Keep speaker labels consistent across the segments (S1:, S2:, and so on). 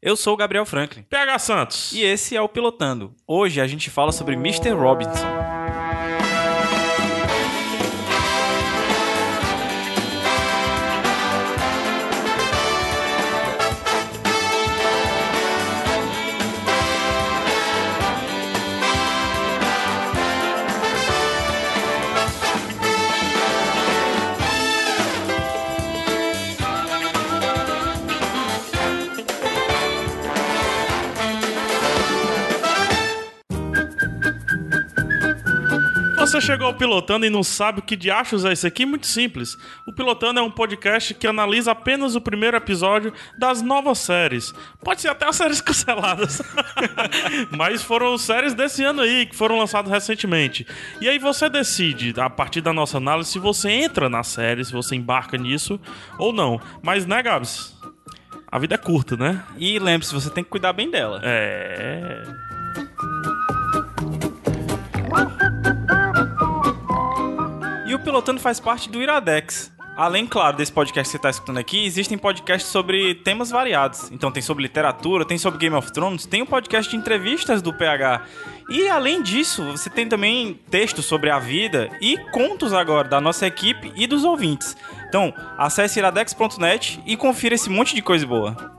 S1: Eu sou o Gabriel Franklin
S2: PH Santos.
S1: e esse é o Pilotando. Hoje a gente fala sobre Mr. Robinson.
S2: Você chegou ao Pilotando e não sabe o que de achos é isso aqui? Muito simples. O Pilotando é um podcast que analisa apenas o primeiro episódio das novas séries. Pode ser até as séries canceladas. Mas foram séries desse ano aí, que foram lançadas recentemente. E aí você decide, a partir da nossa análise, se você entra na série, se você embarca nisso ou não. Mas né, Gabs? A vida é curta, né?
S1: E lembre-se, você tem que cuidar bem dela.
S2: É.
S1: E o Pilotando faz parte do Iradex. Além, claro, desse podcast que você tá escutando aqui, existem podcasts sobre temas variados. Então tem sobre literatura, tem sobre Game of Thrones, tem um podcast de entrevistas do PH. E além disso, você tem também textos sobre a vida e contos agora da nossa equipe e dos ouvintes. Então, acesse iradex.net e confira esse monte de coisa boa.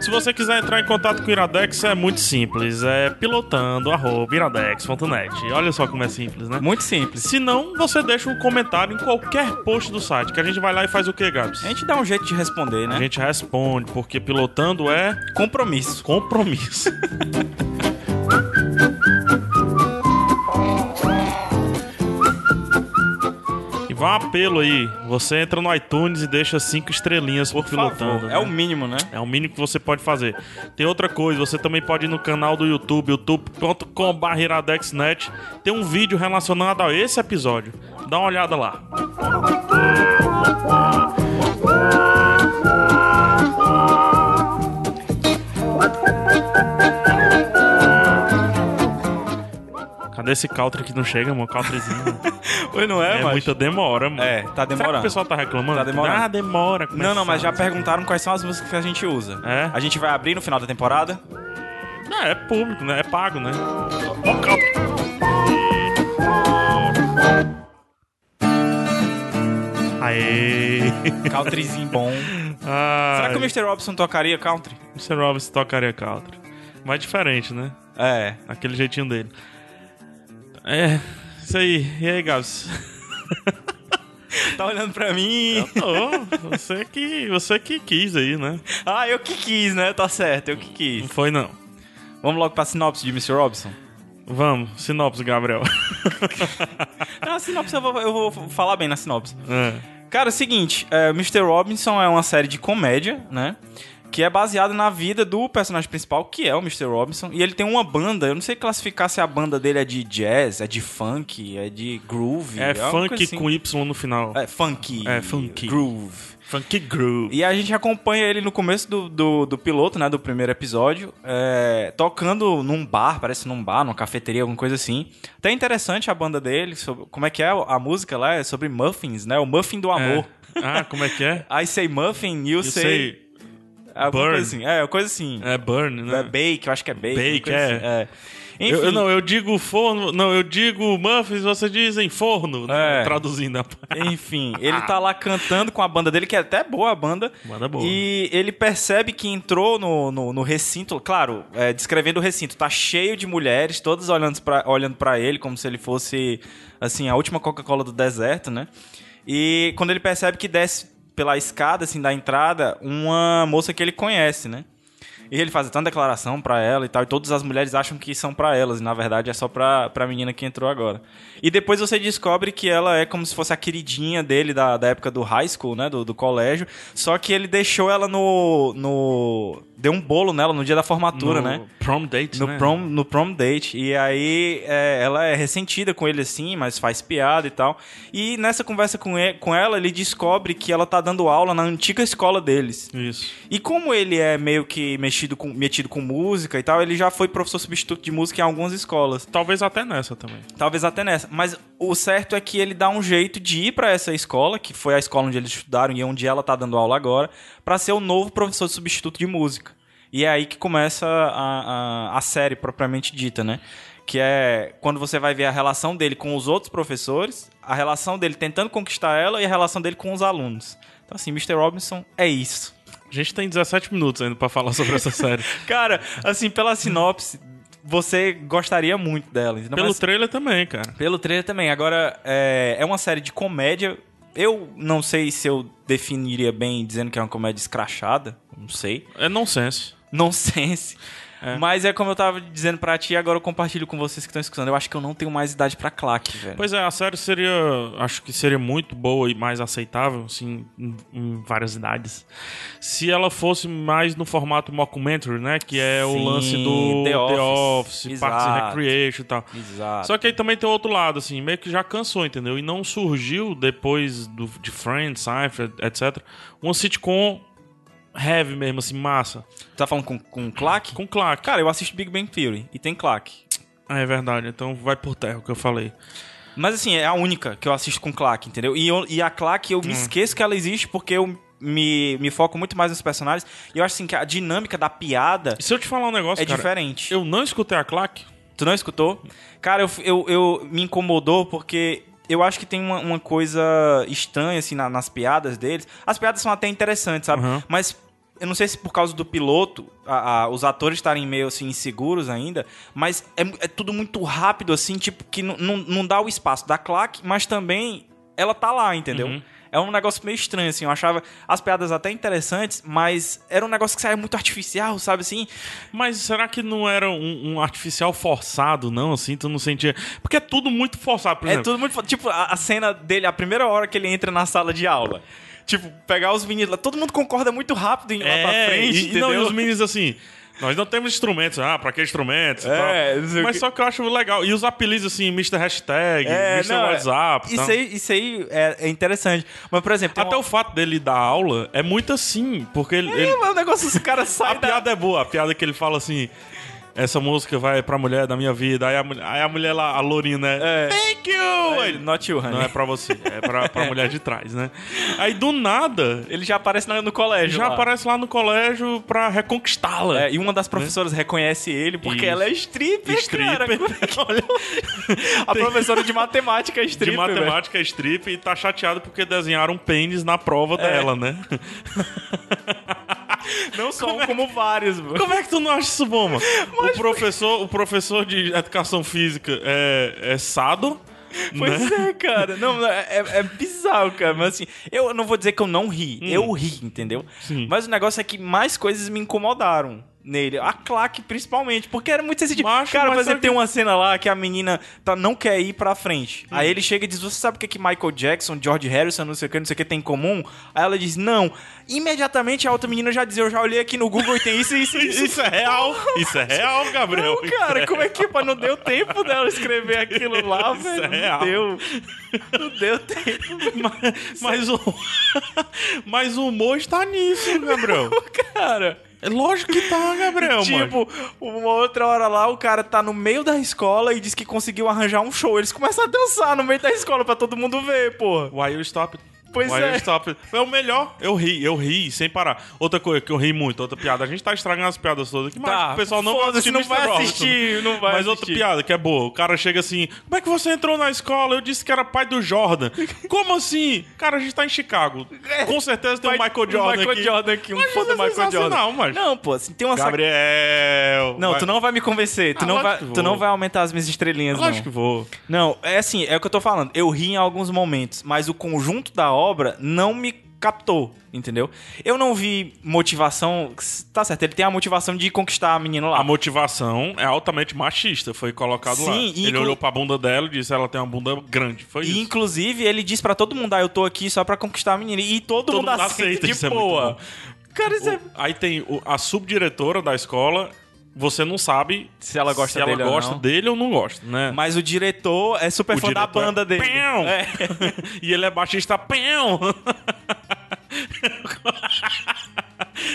S2: Se você quiser entrar em contato com o Iradex, é muito simples. É pilotando.iradex.net. Olha só como é simples, né?
S1: Muito simples.
S2: Se não, você deixa um comentário em qualquer post do site, que a gente vai lá e faz o que, Gabs?
S1: A gente dá um jeito de responder,
S2: A
S1: né?
S2: gente responde, porque pilotando é
S1: Compromisso.
S2: compromisso. E Vai um apelo aí, você entra no iTunes e deixa cinco estrelinhas por pilotando.
S1: Favor,
S2: né?
S1: É o mínimo, né?
S2: É o mínimo que você pode fazer. Tem outra coisa, você também pode ir no canal do YouTube, youtube.com/iradexnet. Tem um vídeo relacionado a esse episódio. Dá uma olhada lá. Cadê esse country que não chega, mano? Countryzinho. mano.
S1: Pois não
S2: É,
S1: macho?
S2: muita demora, mano.
S1: É, tá
S2: Será que o
S1: demorando.
S2: pessoal tá reclamando?
S1: Tá demorando.
S2: Ah, demora.
S1: Não, não, mas já
S2: começar.
S1: perguntaram quais são as músicas que a gente usa.
S2: É?
S1: A gente vai abrir no final da temporada.
S2: É, é público, né? É pago, né? Aê!
S1: Countryzinho bom. Será
S2: Ai,
S1: que o Mr. Robson tocaria country?
S2: Mr. Robinson tocaria country. Mas diferente, né?
S1: É.
S2: Aquele jeitinho dele. É, isso aí. E aí, Gabs?
S1: Tá olhando pra mim.
S2: Ô, você que, você que quis aí, né?
S1: Ah, eu que quis, né? Tá certo, eu que
S2: Não
S1: quis.
S2: foi, não.
S1: Vamos logo pra sinopse de Mr. Robson?
S2: Vamos, sinopse, Gabriel.
S1: Não, a sinopse eu vou, eu vou falar bem na sinopse.
S2: É.
S1: Cara, é o seguinte, é, Mr. Robinson é uma série de comédia, né? Que é baseada na vida do personagem principal, que é o Mr. Robinson. E ele tem uma banda, eu não sei classificar se a banda dele é de jazz, é de funk, é de groove.
S2: É,
S1: alguma
S2: funk
S1: coisa assim.
S2: com Y no final.
S1: É, funk.
S2: É, funky.
S1: Groove.
S2: Funk groove.
S1: E a gente acompanha ele no começo do, do, do piloto, né? Do primeiro episódio. é, tocando num bar, parece num bar, numa cafeteria, alguma coisa assim. Até interessante a banda dele, sobre- como é que é a música lá? É sobre muffins, né? O muffin do amor.
S2: É. Ah, como é que é?
S1: I say muffin, you,
S2: Eu
S1: say...
S2: sei.
S1: alguma
S2: burn.
S1: coisa assim. É, uma coisa assim.
S2: É burn, né?
S1: É bake, eu acho que é bake.
S2: Bake,
S1: uma coisa
S2: é.
S1: assim, é. Enfim,
S2: Eu, eu não, eu digo forno, não, eu digo muffins, vocês dizem forno, né?
S1: É.
S2: traduzindo a
S1: Enfim, ele tá lá cantando com a banda dele, que é até boa a banda.
S2: Banda boa.
S1: E ele percebe que entrou no, no, no recinto, claro, é, descrevendo o recinto, tá cheio de mulheres, todas olhando pra, olhando pra ele, como se ele fosse, assim, a última Coca-Cola do deserto, né? E quando ele percebe que desce pela escada, assim, da entrada, uma moça que ele conhece, né? E ele faz tanta declaração pra ela e tal, e todas as mulheres acham que são pra elas, e na verdade é só pra, pra menina que entrou agora. E depois você descobre que ela é como se fosse a queridinha dele da, da época do high school, né, do, do colégio, só que ele deixou ela no, no... deu um bolo nela no dia da formatura,
S2: no
S1: né?
S2: Prom date,
S1: No,
S2: né?
S1: prom, no prom date. E aí é, ela é ressentida com ele assim, mas faz piada e tal. E nessa conversa com, ele, com ela, ele descobre que ela tá dando aula na antiga escola deles.
S2: Isso.
S1: E como ele é meio que mexido com, metido com música e tal, ele já foi professor substituto de música em algumas escolas.
S2: Talvez até nessa também.
S1: Talvez até nessa. Mas o certo é que ele dá um jeito de ir pra essa escola, que foi a escola onde eles estudaram e onde ela tá dando aula agora, pra ser o novo professor substituto de música. E é aí que começa a, a, a série propriamente dita, né? Que é quando você vai ver a relação dele com os outros professores, a relação dele tentando conquistar ela e a relação dele com os alunos. Então, assim, Mr. Robinson é isso.
S2: A gente tem 17 minutos ainda pra falar sobre essa série.
S1: Cara, assim, pela sinopse, você gostaria muito dela. entendeu?
S2: Pelo
S1: Mas-
S2: trailer também, cara.
S1: pelo trailer também. Agora, é, é uma série de comédia. Eu não sei se eu definiria bem dizendo que é uma comédia escrachada. Não sei.
S2: É nonsense.
S1: Nonsense. Mas é como eu tava dizendo pra ti, agora eu compartilho com vocês que estão escutando. Eu acho que eu não tenho mais idade pra claque, velho.
S2: Pois é, a série seria. Acho que seria muito boa e mais aceitável, assim, em, em várias idades. Se ela fosse mais no formato mockumentary, né? Que é
S1: Sim,
S2: o lance do
S1: The
S2: The
S1: Office.
S2: Office, Parks and
S1: Exato.
S2: Recreation e tal.
S1: é. Exato.
S2: Só que aí também tem o outro lado, assim, meio que já cansou, entendeu? E não surgiu depois do, de Friends, Seinfeld, etc. Uma sitcom heavy mesmo, assim, massa.
S1: Tá falando com, com claque?
S2: Com claque.
S1: Cara, eu assisto Big Bang Theory e tem claque.
S2: Ah, é verdade. Então vai por terra o que eu falei.
S1: Mas assim, é a única que eu assisto com claque, entendeu? E, eu- e a claque eu me esqueço que ela existe porque eu me, me foco muito mais nos personagens. E eu acho assim que a dinâmica da piada
S2: E se eu te falar um negócio,
S1: é
S2: cara,
S1: diferente.
S2: eu não escutei a claque.
S1: Tu não escutou? Cara, eu, eu, eu- me incomodou porque eu acho que tem uma, uma coisa estranha, assim, na- nas piadas deles. As piadas são até interessantes, sabe?
S2: Uhum.
S1: Mas eu não sei se por causa do piloto, a- a- os atores estarem meio, assim, inseguros ainda, mas é, mu- é tudo muito rápido, assim, tipo, que não- não não dá o espaço da claque, mas também ela tá lá, entendeu? É um negócio meio estranho, assim. Eu achava as piadas até interessantes, mas era um negócio que saía muito artificial, sabe assim?
S2: Mas será que não era um, um artificial forçado, não? Assim, tu não sentia. Porque é tudo muito forçado, por
S1: É
S2: exemplo.
S1: tudo muito. fo- Tipo, a, a cena dele, a primeira hora que ele entra na sala de aula. Tipo, pegar os meninos lá. Todo mundo concorda muito rápido em ir lá pra frente,
S2: É, e, e
S1: entendeu?
S2: não, e os meninos assim. Nós não temos instrumentos. Ah, pra que instrumentos? e
S1: É,
S2: tal.
S1: não sei o
S2: Mas
S1: quê.
S2: só que eu acho legal. E os apelidos assim, Mr. Hashtag,
S1: É,
S2: Mr.
S1: não, é-
S2: WhatsApp.
S1: Isso
S2: tal.
S1: aí, isso aí é, é interessante. Mas, por exemplo, tem
S2: Até
S1: uma-
S2: o fato dele dar aula é muito assim, porque ele. ele-
S1: É, mas o negócio, os caras
S2: A
S1: saem da...
S2: piada é boa, a piada que ele fala assim. Essa música vai pra mulher da minha vida. Aí a, mulher- aí a mulher lá, a Lorina,
S1: É.
S2: é. Thank you! Aí ele,
S1: Not you, honey.
S2: Não é pra você, é pra, pra mulher de trás, né? Aí do nada,
S1: Ele já aparece na- no colégio.
S2: já
S1: lá.
S2: aparece lá no colégio pra reconquistá-la.
S1: É, e uma das professoras reconhece ele porque
S2: Isso.
S1: ela é stripper, cara. é
S2: Stripper.
S1: Olha, a professora de matemática é stripper.
S2: de
S1: velho.
S2: matemática, strip, e tá chateado porque desenharam um pênis na prova dela, né?
S1: Não só um, como vários. mano.
S2: Como é que tu não acha isso bom, mano? O professor, o professor de educação física é, é sado, né?
S1: Pois é, cara. Não, é, é- é bizarro, cara. Mas assim, eu não vou dizer que eu não ri. Eu ri, entendeu?
S2: Hum. Sim.
S1: Mas o negócio é que mais coisas me incomodaram nele. A claque, principalmente. Porque era muito sensitivo.
S2: Macho,
S1: cara, por
S2: mas
S1: exemplo,
S2: sabe-
S1: tem uma cena lá que a menina tá, não quer ir pra frente.
S2: Hum.
S1: Aí ele chega e diz, você sabe o que, que Michael Jackson, George Harrison, não sei o que, não sei o que tem em comum? Aí ela diz, não. Imediatamente a outra menina já diz, eu já olhei aqui no Google e tem isso, isso, isso.
S2: Isso é real, isso é real, Gabriel.
S1: Não, cara, como é que mas não deu tempo dela escrever aquilo lá,
S2: Isso
S1: velho?
S2: é
S1: Não
S2: real.
S1: deu. Não deu tempo.
S2: Mas, mas o, mas o humor está nisso, Gabriel.
S1: Cara,
S2: É lógico que tá, Gabriel, mano.
S1: tipo, uma outra hora lá, o cara tá no meio da escola e diz que conseguiu arranjar um show. Eles começam a dançar no meio da escola pra todo mundo ver, porra.
S2: Why you stop? it?
S1: Pois
S2: Why
S1: é.
S2: You stop? it? É o melhor. Eu ri, eu ri, sem parar. Outra coisa que eu ri muito, outra piada. A gente tá estragando as piadas todas aqui, mas
S1: Tá,
S2: o pessoal não vai
S1: foda-se,
S2: assistir.
S1: não
S2: Mr.
S1: vai
S2: Robinson.
S1: assistir, não vai
S2: Mas outra
S1: assistir.
S2: piada que é boa. O cara chega assim, como é que você entrou na escola? Eu disse que era pai do Jordan. como assim? Cara, a gente tá em Chicago. Com certeza tem o
S1: É. Vai- um
S2: Michael Jordan
S1: Michael
S2: aqui.
S1: Jordan aqui, um
S2: Mas
S1: fã
S2: isso é
S1: do Michael Jordan.
S2: sensacional, macho.
S1: Não, pô, assim, tem uma saca-
S2: Gabriel!
S1: Não,
S2: vai-
S1: tu não vai me convencer. Tu,
S2: Ah,
S1: não,
S2: lógico
S1: vai,
S2: que
S1: tu
S2: vou.
S1: não vai aumentar as minhas estrelinhas, não.
S2: Lógico que vou.
S1: Não, é assim, é o que eu tô falando. Eu ri em alguns momentos, mas o conjunto da obra não me captou, entendeu? Eu não vi motivação. Tá certo, ele tem a motivação de conquistar a menina lá.
S2: A motivação é altamente machista, foi colocado lá.
S1: Sim, e
S2: Ele
S1: inclu-
S2: olhou pra bunda dela e disse ela tem uma bunda grande. Foi
S1: E,
S2: isso.
S1: inclusive, ele diz pra todo mundo: ah, eu tô aqui só pra conquistar a menina. E todo,
S2: Todo
S1: mundo,
S2: mundo
S1: aceita,
S2: aceita, isso
S1: de
S2: é muito
S1: boa.
S2: bom.
S1: Cara, isso é.
S2: O- Aí tem o- a subdiretora da escola, você não sabe
S1: Se ela gosta
S2: se ela
S1: dele ou
S2: gosta
S1: não.
S2: dele ou não gosta, né?
S1: Mas o diretor é super
S2: O
S1: fã da
S2: diretor é-
S1: banda dele.
S2: Pão!
S1: É.
S2: e ele é baixista pão.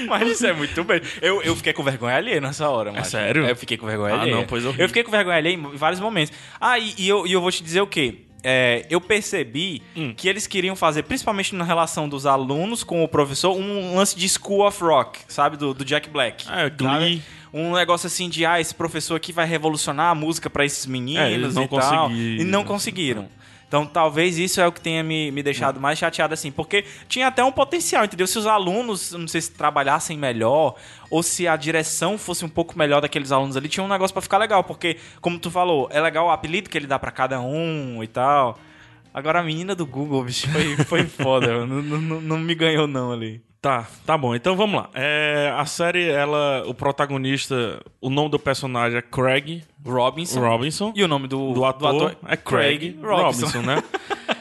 S1: Mas isso é muito bem. Eu, eu fiquei com vergonha alheia nessa hora, mano.
S2: É sério?
S1: Eu fiquei com vergonha
S2: Ah,
S1: alheia.
S2: não, pois eu ri.
S1: Eu fiquei com vergonha alheia em vários momentos. Ah, e, e eu, e eu vou te dizer o quê? É, eu percebi
S2: Hum.
S1: que eles queriam fazer, principalmente na relação dos alunos com o professor, um lance de School of Rock, sabe? Do, do Jack Black.
S2: Ah, Glee.
S1: Sabe? Um negócio assim de, ah, esse professor aqui vai revolucionar a música pra esses meninos
S2: É, eles não
S1: e tal. E
S2: conseguiram.
S1: não conseguiram. Então, talvez isso é o que tenha me, me deixado mais chateado, assim, porque tinha até um potencial, entendeu? Se os alunos, não sei se trabalhassem melhor, ou se a direção fosse um pouco melhor daqueles alunos ali, tinha um negócio pra ficar legal, porque, como tu falou, é legal o apelido que ele dá pra cada um e tal. Agora, a menina do Google, bicho, foi, foi foda, não, não- não- não me ganhou não ali.
S2: Tá, tá bom. Então vamos lá. É, a série, ela, o protagonista, o nome do personagem é Craig
S1: Robinson.
S2: Robinson.
S1: E o nome do,
S2: do ator, é Craig, Robinson, né?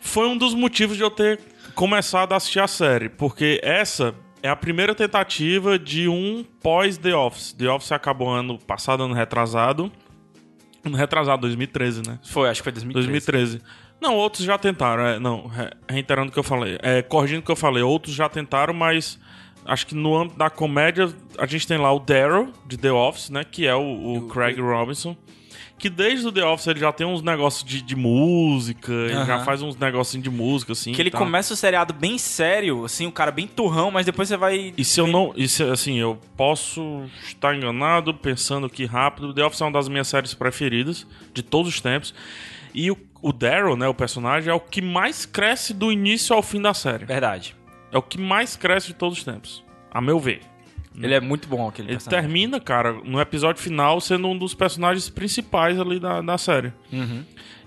S2: Foi um dos motivos de eu ter começado a assistir a série, porque essa é a primeira tentativa de um pós The Office. The Office acabou ano passado, ano retrasado. Ano retrasado, 2013, né?
S1: Foi, acho que foi 2013.
S2: 2013. Não, outros já tentaram. é, não, re- reiterando o que eu falei. É, corrigindo o que eu falei. Outros já tentaram, mas acho que no âmbito da comédia a gente tem lá o Daryl, de The Office, né? Que é o, o Craig Robinson. Que desde o The Office ele já tem uns negócios de, de música, ele já
S1: Aham.
S2: faz uns negocinhos de música, assim.
S1: Que
S2: e
S1: ele
S2: tal.
S1: começa o seriado bem sério, assim, o cara bem turrão, mas depois você vai.
S2: E se eu não. E se, assim, eu posso estar enganado, pensando que rápido. The Office é uma das minhas séries preferidas de todos os tempos. E o, o Daryl, né, o personagem, é o que mais cresce do início ao fim da série.
S1: Verdade.
S2: É o que mais cresce de todos os tempos. A meu ver.
S1: Ele é muito bom aquele
S2: Ele
S1: personagem.
S2: termina, cara, no episódio final sendo um dos personagens principais ali da, da série.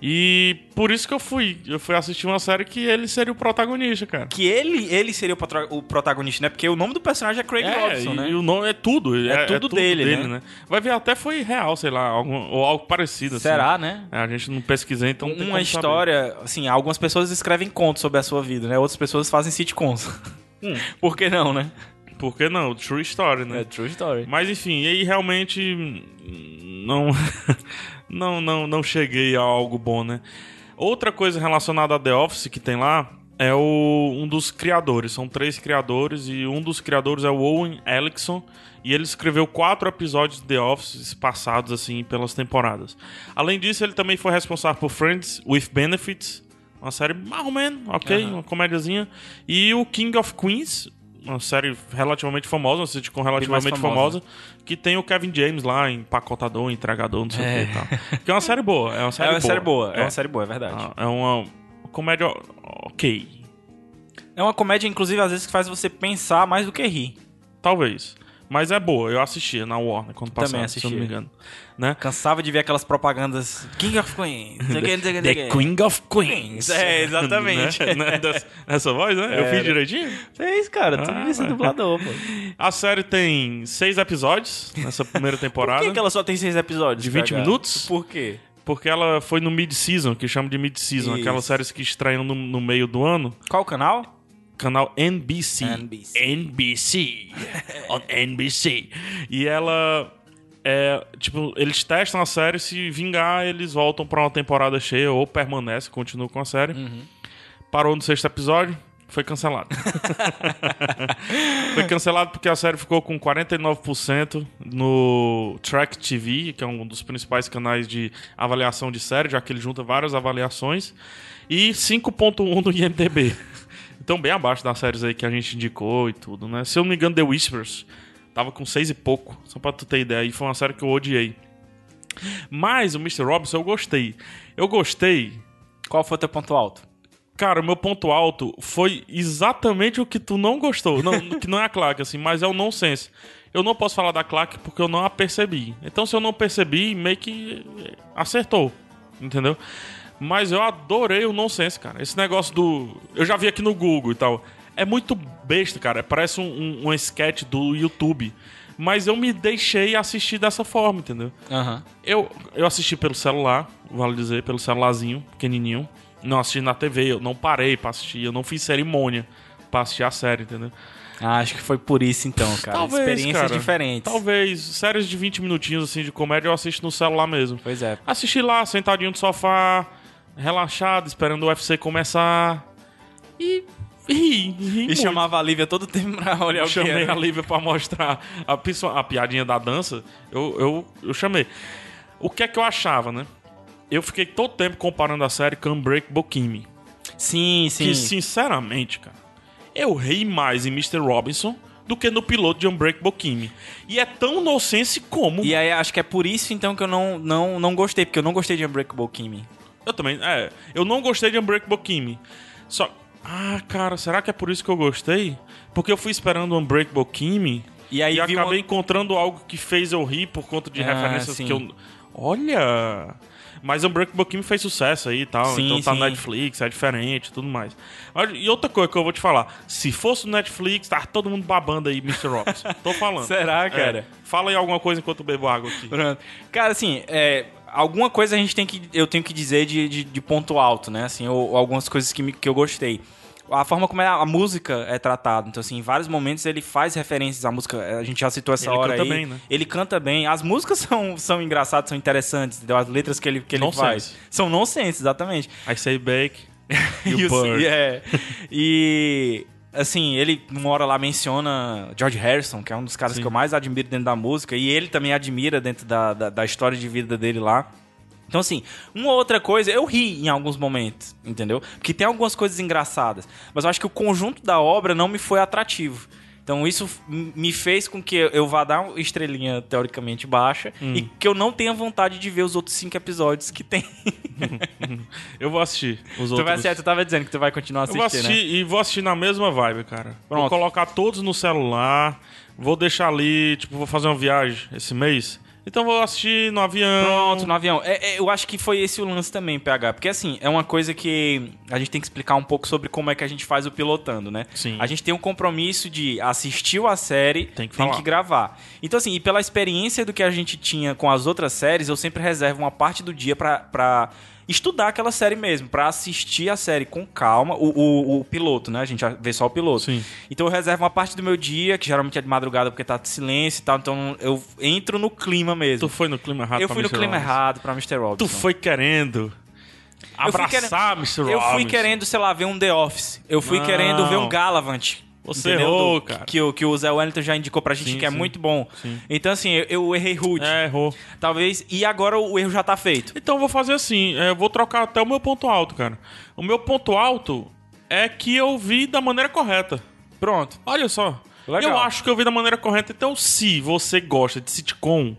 S2: E por isso que eu fui. Eu fui assistir uma série que ele seria o protagonista, cara.
S1: Que ele, ele seria o, patro- o protagonista, né? Porque o nome do personagem é Craig
S2: É,
S1: Robinson,
S2: e,
S1: né?
S2: o nome é tudo. É,
S1: tudo dele, né?
S2: Vai ver, até foi real, sei lá, algum- ou algo parecido. assim.
S1: Será, né?
S2: É, a gente não pesquisei, então não tem
S1: Uma
S2: como
S1: história, assim, algumas pessoas escrevem contos sobre a sua vida, né? Outras pessoas fazem sitcoms. Por que não, né?
S2: saber. Por que não? True story, né?
S1: É true story.
S2: Mas enfim, e aí realmente hum, não, não, não, não cheguei a algo bom, né? Outra coisa relacionada a The Office que tem lá é o, um dos criadores. São três criadores e um dos criadores é o Owen Ellickson. E ele escreveu quatro episódios de The Office passados, assim, pelas temporadas. Além disso, ele também foi responsável por Friends with Benefits, uma série mais ou menos, ok? Uma comédiazinha. E o King of Queens, uma série relativamente famosa, uma sitcom relativamente famosa,
S1: famosa.
S2: que tem o Kevin James lá, empacotador, entregador, não sei
S1: É.
S2: o que e tal. Que é uma série boa, é uma série
S1: é uma
S2: boa.
S1: série boa, é.
S2: É,
S1: uma série boa, é verdade.
S2: é uma comédia ok,
S1: É uma comédia, inclusive, às vezes que faz você pensar mais do que rir.
S2: talvez. Mas é boa, eu assistia na Warner quando
S1: Também
S2: passava, se eu não me
S1: assistia.
S2: engano. Né?
S1: Cansava de ver aquelas propagandas King of Queens, não sei o que, não sei o que, não sei o que.
S2: of
S1: Queens, é, exatamente. É.
S2: Né? Né? Dessa, nessa voz, né? Eu fiz
S1: Era.
S2: direitinho?
S1: Fez, cara. Tu
S2: Ah,
S1: devia ser
S2: mas-
S1: dublador, pô.
S2: A série tem seis episódios nessa primeira temporada.
S1: Por que, que ela só tem seis episódios?
S2: De 20
S1: PH?
S2: minutos?
S1: Por quê?
S2: Porque ela foi no mid-season, que chama de mid-season,
S1: Isso.
S2: aquelas séries que estreiam no, no meio do ano.
S1: Qual o canal?
S2: Canal NBC.
S1: NBC.
S2: NBC. On NBC. E ela. É, tipo, eles testam a série, se vingar, eles voltam pra uma temporada cheia ou permanece, continua com a série. Parou no sexto episódio, foi cancelado. foi cancelado porque a série ficou com 49% no Track TV, que é um dos principais canais de avaliação de série, já que ele junta várias avaliações, e 5.1 no IMDb. Então, bem abaixo das séries aí que a gente indicou e tudo, né? Se eu não me engano, The Whispers tava com 6 e pouco, só pra tu ter ideia. E foi uma série que eu odiei. Mas o Mr. Robinson eu gostei. Eu gostei
S1: Qual foi o teu ponto alto?
S2: Cara, o meu ponto alto foi exatamente o que tu não gostou. Não, que não é a claque, assim, mas é o nonsense. Eu não posso falar da claque porque eu não a percebi. Então, se eu não percebi, meio que eh, acertou. Entendeu? Mas eu adorei o nonsense, cara. Esse negócio do. Eu já vi aqui no Google e tal. É muito besta, cara. Parece um, um, um sketch do YouTube. Mas eu me deixei assistir dessa forma, entendeu?
S1: Aham.
S2: Eu, eu assisti pelo celular, vale dizer, pelo celularzinho, pequenininho. Não assisti na TV, eu não parei pra assistir, eu não fiz cerimônia pra assistir a série, entendeu?
S1: Ah, Acho que foi por isso então, cara.
S2: Talvez,
S1: Experiências
S2: cara.
S1: diferentes.
S2: Talvez, séries de 20 minutinhos, assim, de comédia, eu assisto no celular mesmo.
S1: Pois é.
S2: Assisti lá, sentadinho no sofá, relaxado, esperando o UFC começar. E ri, ri
S1: E chamava a Lívia todo tempo pra olhar o que
S2: chamei
S1: era.
S2: a Lívia pra mostrar a, piso- a piadinha da dança. Eu, eu, eu chamei. O que é que eu achava, né? Eu fiquei todo tempo comparando a série com Break Bokimi.
S1: Sim, sim.
S2: Que, sinceramente, cara, eu ri mais em Mr. Robinson do que no piloto de Unbreak Bokimi. E é tão nonsense como.
S1: E aí acho que é por isso então que eu não, não, não gostei, porque eu não gostei de Unbreakable Kimmy.
S2: Eu também. É, eu não gostei de Unbreakable Kimmy. Só. Ah, cara, será que é por isso que eu gostei? Porque eu fui esperando Um Unbreakable Kimmy
S1: E aí vi
S2: acabei
S1: uma-
S2: encontrando algo que fez eu rir por conta de
S1: Ah,
S2: referências
S1: sim.
S2: que eu. Olha! Mas Unbreakable Kimmy fez sucesso aí e tal.
S1: Sim,
S2: então tá
S1: sim.
S2: na Netflix, é diferente e tudo mais. Olha, E outra coisa que eu vou te falar: se fosse no Netflix, tá todo mundo babando aí, Mr. Robinson. Tô falando.
S1: Será,
S2: É,
S1: cara?
S2: fala aí alguma coisa enquanto eu bebo água aqui.
S1: Pronto. Cara, assim, é, alguma coisa a gente tem que, eu tenho que dizer de, de, de ponto alto, né? Assim, ou, ou algumas coisas que, me- que eu gostei. A forma como a, a música é tratada. Então, assim, em vários momentos ele faz referências à música. A gente já citou essa
S2: Ele
S1: hora
S2: canta
S1: aí.
S2: bem, né?
S1: Ele canta bem. As músicas são, são engraçadas, são interessantes, entendeu? As letras que ele, que ele
S2: Nonsense.
S1: faz. São nonsense, exatamente.
S2: I say bake.
S1: E
S2: You
S1: o-
S2: burn.
S1: é. E assim, ele uma hora lá menciona George Harrison, que é um dos caras
S2: Sim.
S1: que eu mais admiro dentro da música, e ele também admira dentro da, da, da história de vida dele lá. Então, assim, uma outra coisa, eu ri em alguns momentos, entendeu? Porque tem algumas coisas engraçadas, mas eu acho que o conjunto da obra não me foi atrativo. Então, isso f- me fez com que eu vá dar uma estrelinha teoricamente baixa
S2: Hum.
S1: e que eu não tenha vontade de ver os outros cinco episódios que tem.
S2: Eu vou assistir os
S1: Tu,
S2: outros.
S1: vai, assistir, tu tava dizendo que tu vai continuar assistindo,
S2: Eu vou
S1: né?
S2: assistir e vou assistir na mesma vibe, cara.
S1: Pronto.
S2: Vou colocar todos no celular. Vou deixar ali, tipo, vou fazer uma viagem esse mês. Então vou assistir no avião.
S1: Pronto, no avião. É, é, eu acho que foi esse o lance também, PH. Porque, assim, é uma coisa que a gente tem que explicar um pouco sobre como é que a gente faz o pilotando, né?
S2: Sim.
S1: A gente tem um compromisso de assistiu a série,
S2: Tem que falar.
S1: gravar. Então, assim, e pela experiência do que a gente tinha com as outras séries, eu sempre reservo uma parte do dia pra- pra estudar aquela série mesmo, pra assistir a série com calma, o, o- o piloto, né? A gente vê só o piloto.
S2: Sim.
S1: Então eu reservo uma parte do meu dia, que geralmente é de madrugada porque tá de silêncio e tal, então eu entro no clima mesmo.
S2: Tu foi no clima errado
S1: Eu
S2: pra
S1: fui no
S2: Mr.
S1: clima
S2: Robinson.
S1: errado pra Mr. Robinson.
S2: Tu foi querendo
S1: Eu fui
S2: abraçar
S1: querendo-
S2: Mr. Robinson.
S1: Eu fui querendo, sei lá, ver um The Office. Eu fui
S2: Não.
S1: querendo ver um Galavant.
S2: Você
S1: entendeu?
S2: errou,
S1: Do-
S2: cara.
S1: Que, o- que o Zé Wellington já indicou pra gente
S2: Sim,
S1: que é
S2: sim.
S1: muito bom.
S2: Sim.
S1: Então, assim, eu, eu errei rude.
S2: É, errou.
S1: Talvez. E agora o erro já tá feito.
S2: Então eu vou fazer assim, é, eu vou trocar até o meu ponto alto, cara. O meu ponto alto é que eu vi da maneira correta.
S1: Pronto.
S2: Olha só.
S1: Legal.
S2: Eu acho que eu vi da maneira correta. Então, se você gosta de sitcom,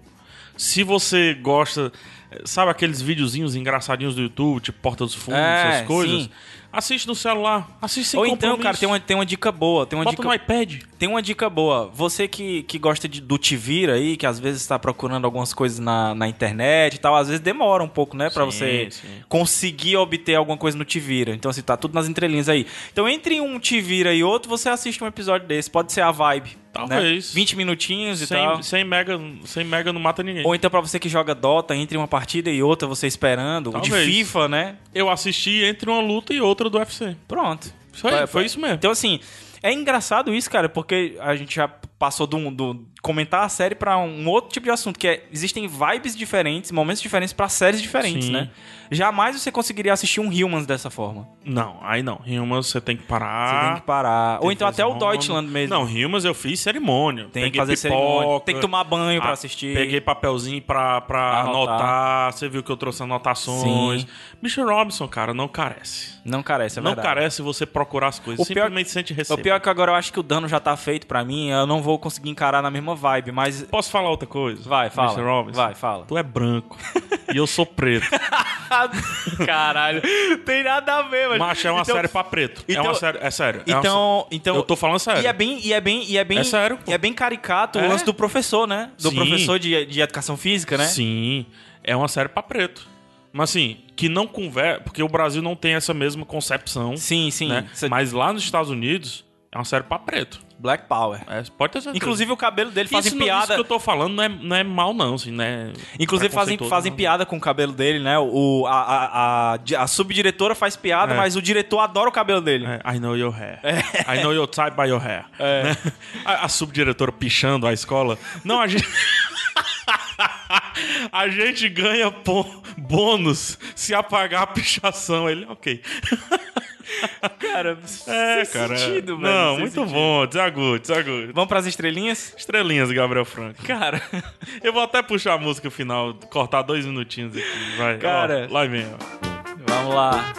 S2: se você gosta, eh, sabe aqueles videozinhos engraçadinhos do YouTube, tipo Porta dos Fundos,
S1: É,
S2: essas coisas,
S1: sim.
S2: assiste no celular, assiste sem
S1: Ou então,
S2: compromisso.
S1: cara, tem uma, tem uma dica boa. Tem uma
S2: Bota
S1: dica
S2: no iPad.
S1: Tem uma dica boa. Você que, que gosta de, do te vir aí, que às vezes está procurando algumas coisas na, na internet e tal, às vezes demora um pouco, né? Pra
S2: Sim,
S1: você
S2: sim.
S1: conseguir obter alguma coisa no te vira. Então, assim, tá tudo nas entrelinhas aí. Então, entre um te vira e outro, você assiste um episódio desse. Pode ser a vibe.
S2: Talvez.
S1: Né? 20 minutinhos e tal.
S2: Sem, sem, mega, sem mega não mata ninguém.
S1: Ou então, pra você que joga Dota, entre uma partida e outra, você esperando. O de
S2: Talvez.
S1: FIFA, né?
S2: Eu assisti entre uma luta e outra do UFC.
S1: Pronto.
S2: Isso aí, foi isso mesmo.
S1: Então, assim, é engraçado isso, cara, porque a gente já passou do, do comentar a série pra um outro tipo de assunto, que é, existem vibes diferentes, momentos diferentes pra séries diferentes,
S2: Sim.
S1: né? Jamais você conseguiria assistir um Humans dessa forma.
S2: Não, aí não. Rimas você tem que
S1: Você
S2: parar.
S1: tem que parar. Ou
S2: Ah, Tem
S1: então
S2: que fazer
S1: até o
S2: ronda.
S1: Deutschland mesmo.
S2: Não, Rimas eu fiz cerimônia.
S1: tem que
S2: Peguei
S1: fazer
S2: pipoca,
S1: cerimônia, tem que tomar um banho pra
S2: Ah,
S1: assistir.
S2: Peguei papelzinho pra, pra
S1: Anotar.
S2: anotar. Você viu que eu trouxe anotações.
S1: Sim.
S2: Mr. Robinson, cara, não carece.
S1: Não carece, é
S2: não
S1: verdade.
S2: carece você procurar as coisas.
S1: O pior-
S2: Simplesmente sente
S1: O
S2: receita.
S1: pior é que agora eu acho que o dano já tá feito pra mim, eu não vou conseguir encarar na mesma vibe, mas
S2: Posso falar outra coisa?
S1: vai, fala.
S2: Mr. Robinson,
S1: Vai, fala.
S2: tu é branco e eu sou preto.
S1: Caralho, tem nada a ver, mas
S2: Macho, é uma
S1: Então,
S2: série pra preto.
S1: então-
S2: é uma série... É sério. é uma
S1: Então, então
S2: Eu tô falando sério.
S1: E é bem, e é bem, e é bem,
S2: É sério, pô.
S1: e é bem caricato o
S2: É?
S1: lance do professor, né? Do
S2: Sim.
S1: professor de, de educação física, né?
S2: Sim, é uma série pra preto. Mas assim, que não conversa, porque o Brasil não tem essa mesma concepção,
S1: sim, sim.
S2: né?
S1: Isso é
S2: Mas lá nos Estados Unidos é uma série pra preto.
S1: Black Power.
S2: É, pode ter certeza.
S1: Inclusive o cabelo dele fazem
S2: isso, não-
S1: piada.
S2: isso que eu tô falando não é, não é mal não, assim, né?
S1: Inclusive fazem,
S2: Preconceituoso,
S1: fazem
S2: não.
S1: piada com o cabelo dele, né? O, a, a, a, a subdiretora faz piada,
S2: É.
S1: mas o diretor adora o cabelo dele.
S2: É, I know your hair. É. I know your type by your hair. Né? A, a subdiretora pichando a escola. Não, a gente. a gente ganha pô- bônus se apagar a pichação. Ele, ok.
S1: Cara,
S2: É,
S1: sem
S2: cara.
S1: sentido, velho.
S2: não,
S1: sem
S2: muito
S1: sentido.
S2: bom. Desagudo, desagudo.
S1: Vamos pras estrelinhas?
S2: Estrelinhas, Gabriel Franco.
S1: Cara,
S2: Eu vou até puxar a música final, cortar dois minutinhos aqui. Vai.
S1: Cara.
S2: Ó, lá vem, ó.
S1: vamos lá.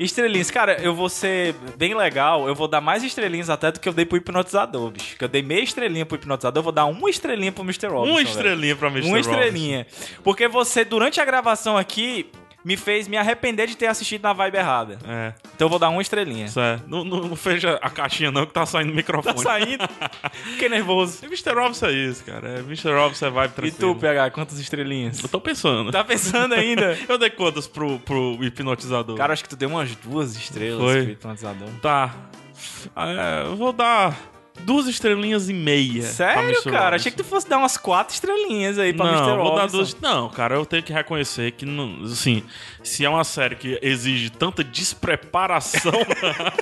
S1: Estrelinhas, cara, eu vou ser bem legal. Eu vou dar mais estrelinhas até do que eu dei pro hipnotizador, bicho. Que eu dei meia estrelinha pro hipnotizador, eu vou dar uma estrelinha pro Mr. Robinson.
S2: Uma
S1: velho.
S2: estrelinha pra Mr.
S1: Uma
S2: Robinson.
S1: estrelinha. Porque você, durante a gravação aqui, me fez me arrepender de ter assistido na vibe errada.
S2: É,
S1: Então eu vou dar uma estrelinha.
S2: isso é. Não, não, não fecha a caixinha, não, que tá saindo o microfone.
S1: Tá saindo? Fiquei nervoso.
S2: E Mr. Robinson é isso, cara. É, Mr. Robinson é vibe
S1: E
S2: tranquilo.
S1: tu, PH, quantas estrelinhas?
S2: Eu tô pensando.
S1: Tá pensando ainda?
S2: Eu dei quantas pro, pro hipnotizador?
S1: Cara, acho que tu deu umas duas estrelas
S2: Foi.
S1: pro hipnotizador.
S2: tá. Ah, é, eu vou dar duas estrelinhas e meia. pra
S1: Sério,
S2: Mr.
S1: cara?
S2: Robinson.
S1: Achei que tu fosse dar umas quatro estrelinhas aí pra
S2: não,
S1: Mr.
S2: vou dar
S1: Robinson.
S2: duas- Não, cara, eu tenho que reconhecer que, não, assim, se é uma série que exige tanta despreparação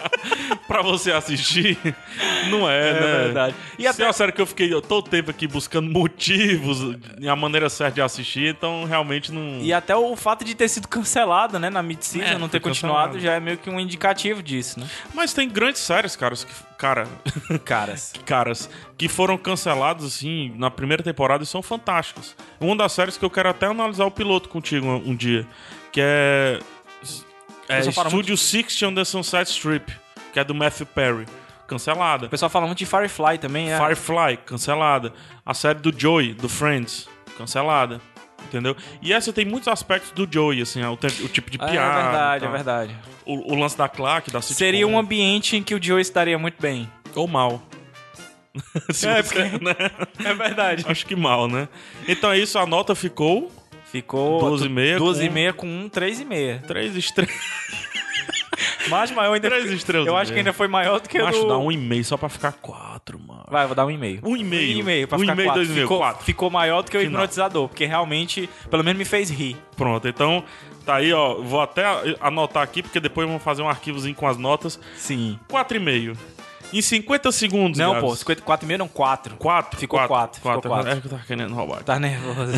S2: pra você assistir, não é,
S1: É
S2: né?
S1: verdade. E
S2: E
S1: até-
S2: até... Se é uma série que eu fiquei todo o tempo aqui buscando motivos e a maneira certa de assistir, então realmente não.
S1: E até o fato de ter sido cancelado, né, na mid-season,
S2: É,
S1: não ter
S2: foi
S1: continuado,
S2: cancelado.
S1: já é meio que um indicativo disso, né?
S2: Mas tem grandes séries, caras, que. Cara.
S1: Caras.
S2: caras que foram cancelados assim na primeira temporada e são fantásticos. Uma das séries que eu quero até analisar o piloto contigo um, um dia, que é, é
S1: Pessoal, para
S2: Studio 60 on the Sunset Strip, que é do Matthew Perry, cancelada.
S1: O pessoal fala muito de Firefly também,
S2: é.
S1: né?
S2: Firefly, cancelada. A série do Joey, do Friends, cancelada. Entendeu? E essa tem muitos aspectos do Joey, assim, o, te- o tipo de
S1: É
S2: piada.
S1: verdade,
S2: tá?
S1: é verdade.
S2: O, o lance da claque, da sitcom. né?
S1: Seria um ambiente em que o Joe estaria muito bem.
S2: Ou mal. Se
S1: É,
S2: você-
S1: porque-
S2: né?
S1: É verdade.
S2: Acho que mal, né? Então é isso, a nota ficou
S1: Ficou
S2: 12,5
S1: 12,5 com um 3,5.
S2: 3 estrelas.
S1: Mas maior ainda.
S2: Três estrelas
S1: Eu
S2: e
S1: acho que
S2: meia.
S1: ainda foi maior do que o.
S2: Macho,
S1: do-
S2: dá 1,5 só pra ficar 4, mano.
S1: Vai, eu vou dar um e-mail.
S2: 1,5.
S1: Um e-mail pra
S2: 1,5,
S1: ficar quatro.
S2: 2,5,
S1: ficou,
S2: 4.
S1: ficou maior do que o
S2: Final.
S1: hipnotizador, porque realmente, pelo menos me fez rir.
S2: Pronto, então tá aí, ó. Vou até anotar aqui, porque depois vamos fazer um arquivozinho com as notas.
S1: Sim.
S2: 4,5. Em 50 segundos,
S1: Não, pô, 54 mil não, 4.
S2: 4?
S1: Ficou quatro, ficou quatro.
S2: É que eu tava querendo roubar.
S1: Tá nervoso.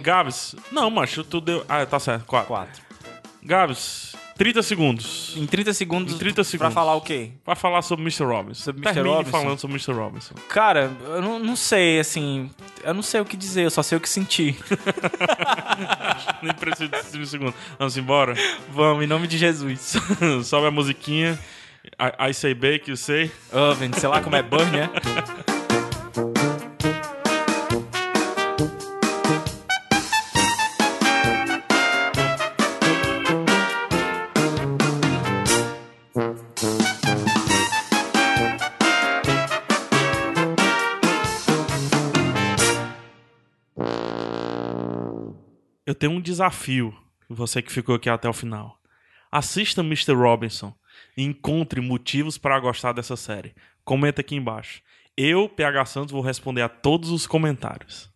S2: Gabs, não, macho, tu deu. Ah, tá certo, 4.
S1: 4.
S2: Gabs, 30 segundos.
S1: Em 30 segundos.
S2: Em 30 segundos.
S1: Pra falar o quê?
S2: Vai falar sobre Mr. Robinson.
S1: Sobre Mr.
S2: Termine
S1: Robinson.
S2: falando sobre Mr. Robinson.
S1: Cara, eu não, não sei, assim. Eu não sei o que dizer, eu só sei o que sentir.
S2: Nem preciso de 5 segundos. Vamos embora?
S1: Vamos, em nome de Jesus.
S2: Sobe a musiquinha. I, I say bake, you say.
S1: Oven, sei lá como é burn, né?
S2: Eu tenho um desafio. Você que ficou aqui até o final. Assista Mr. Robinson e encontre motivos para gostar dessa série. Comenta aqui embaixo. Eu, PH Santos, vou responder a todos os comentários.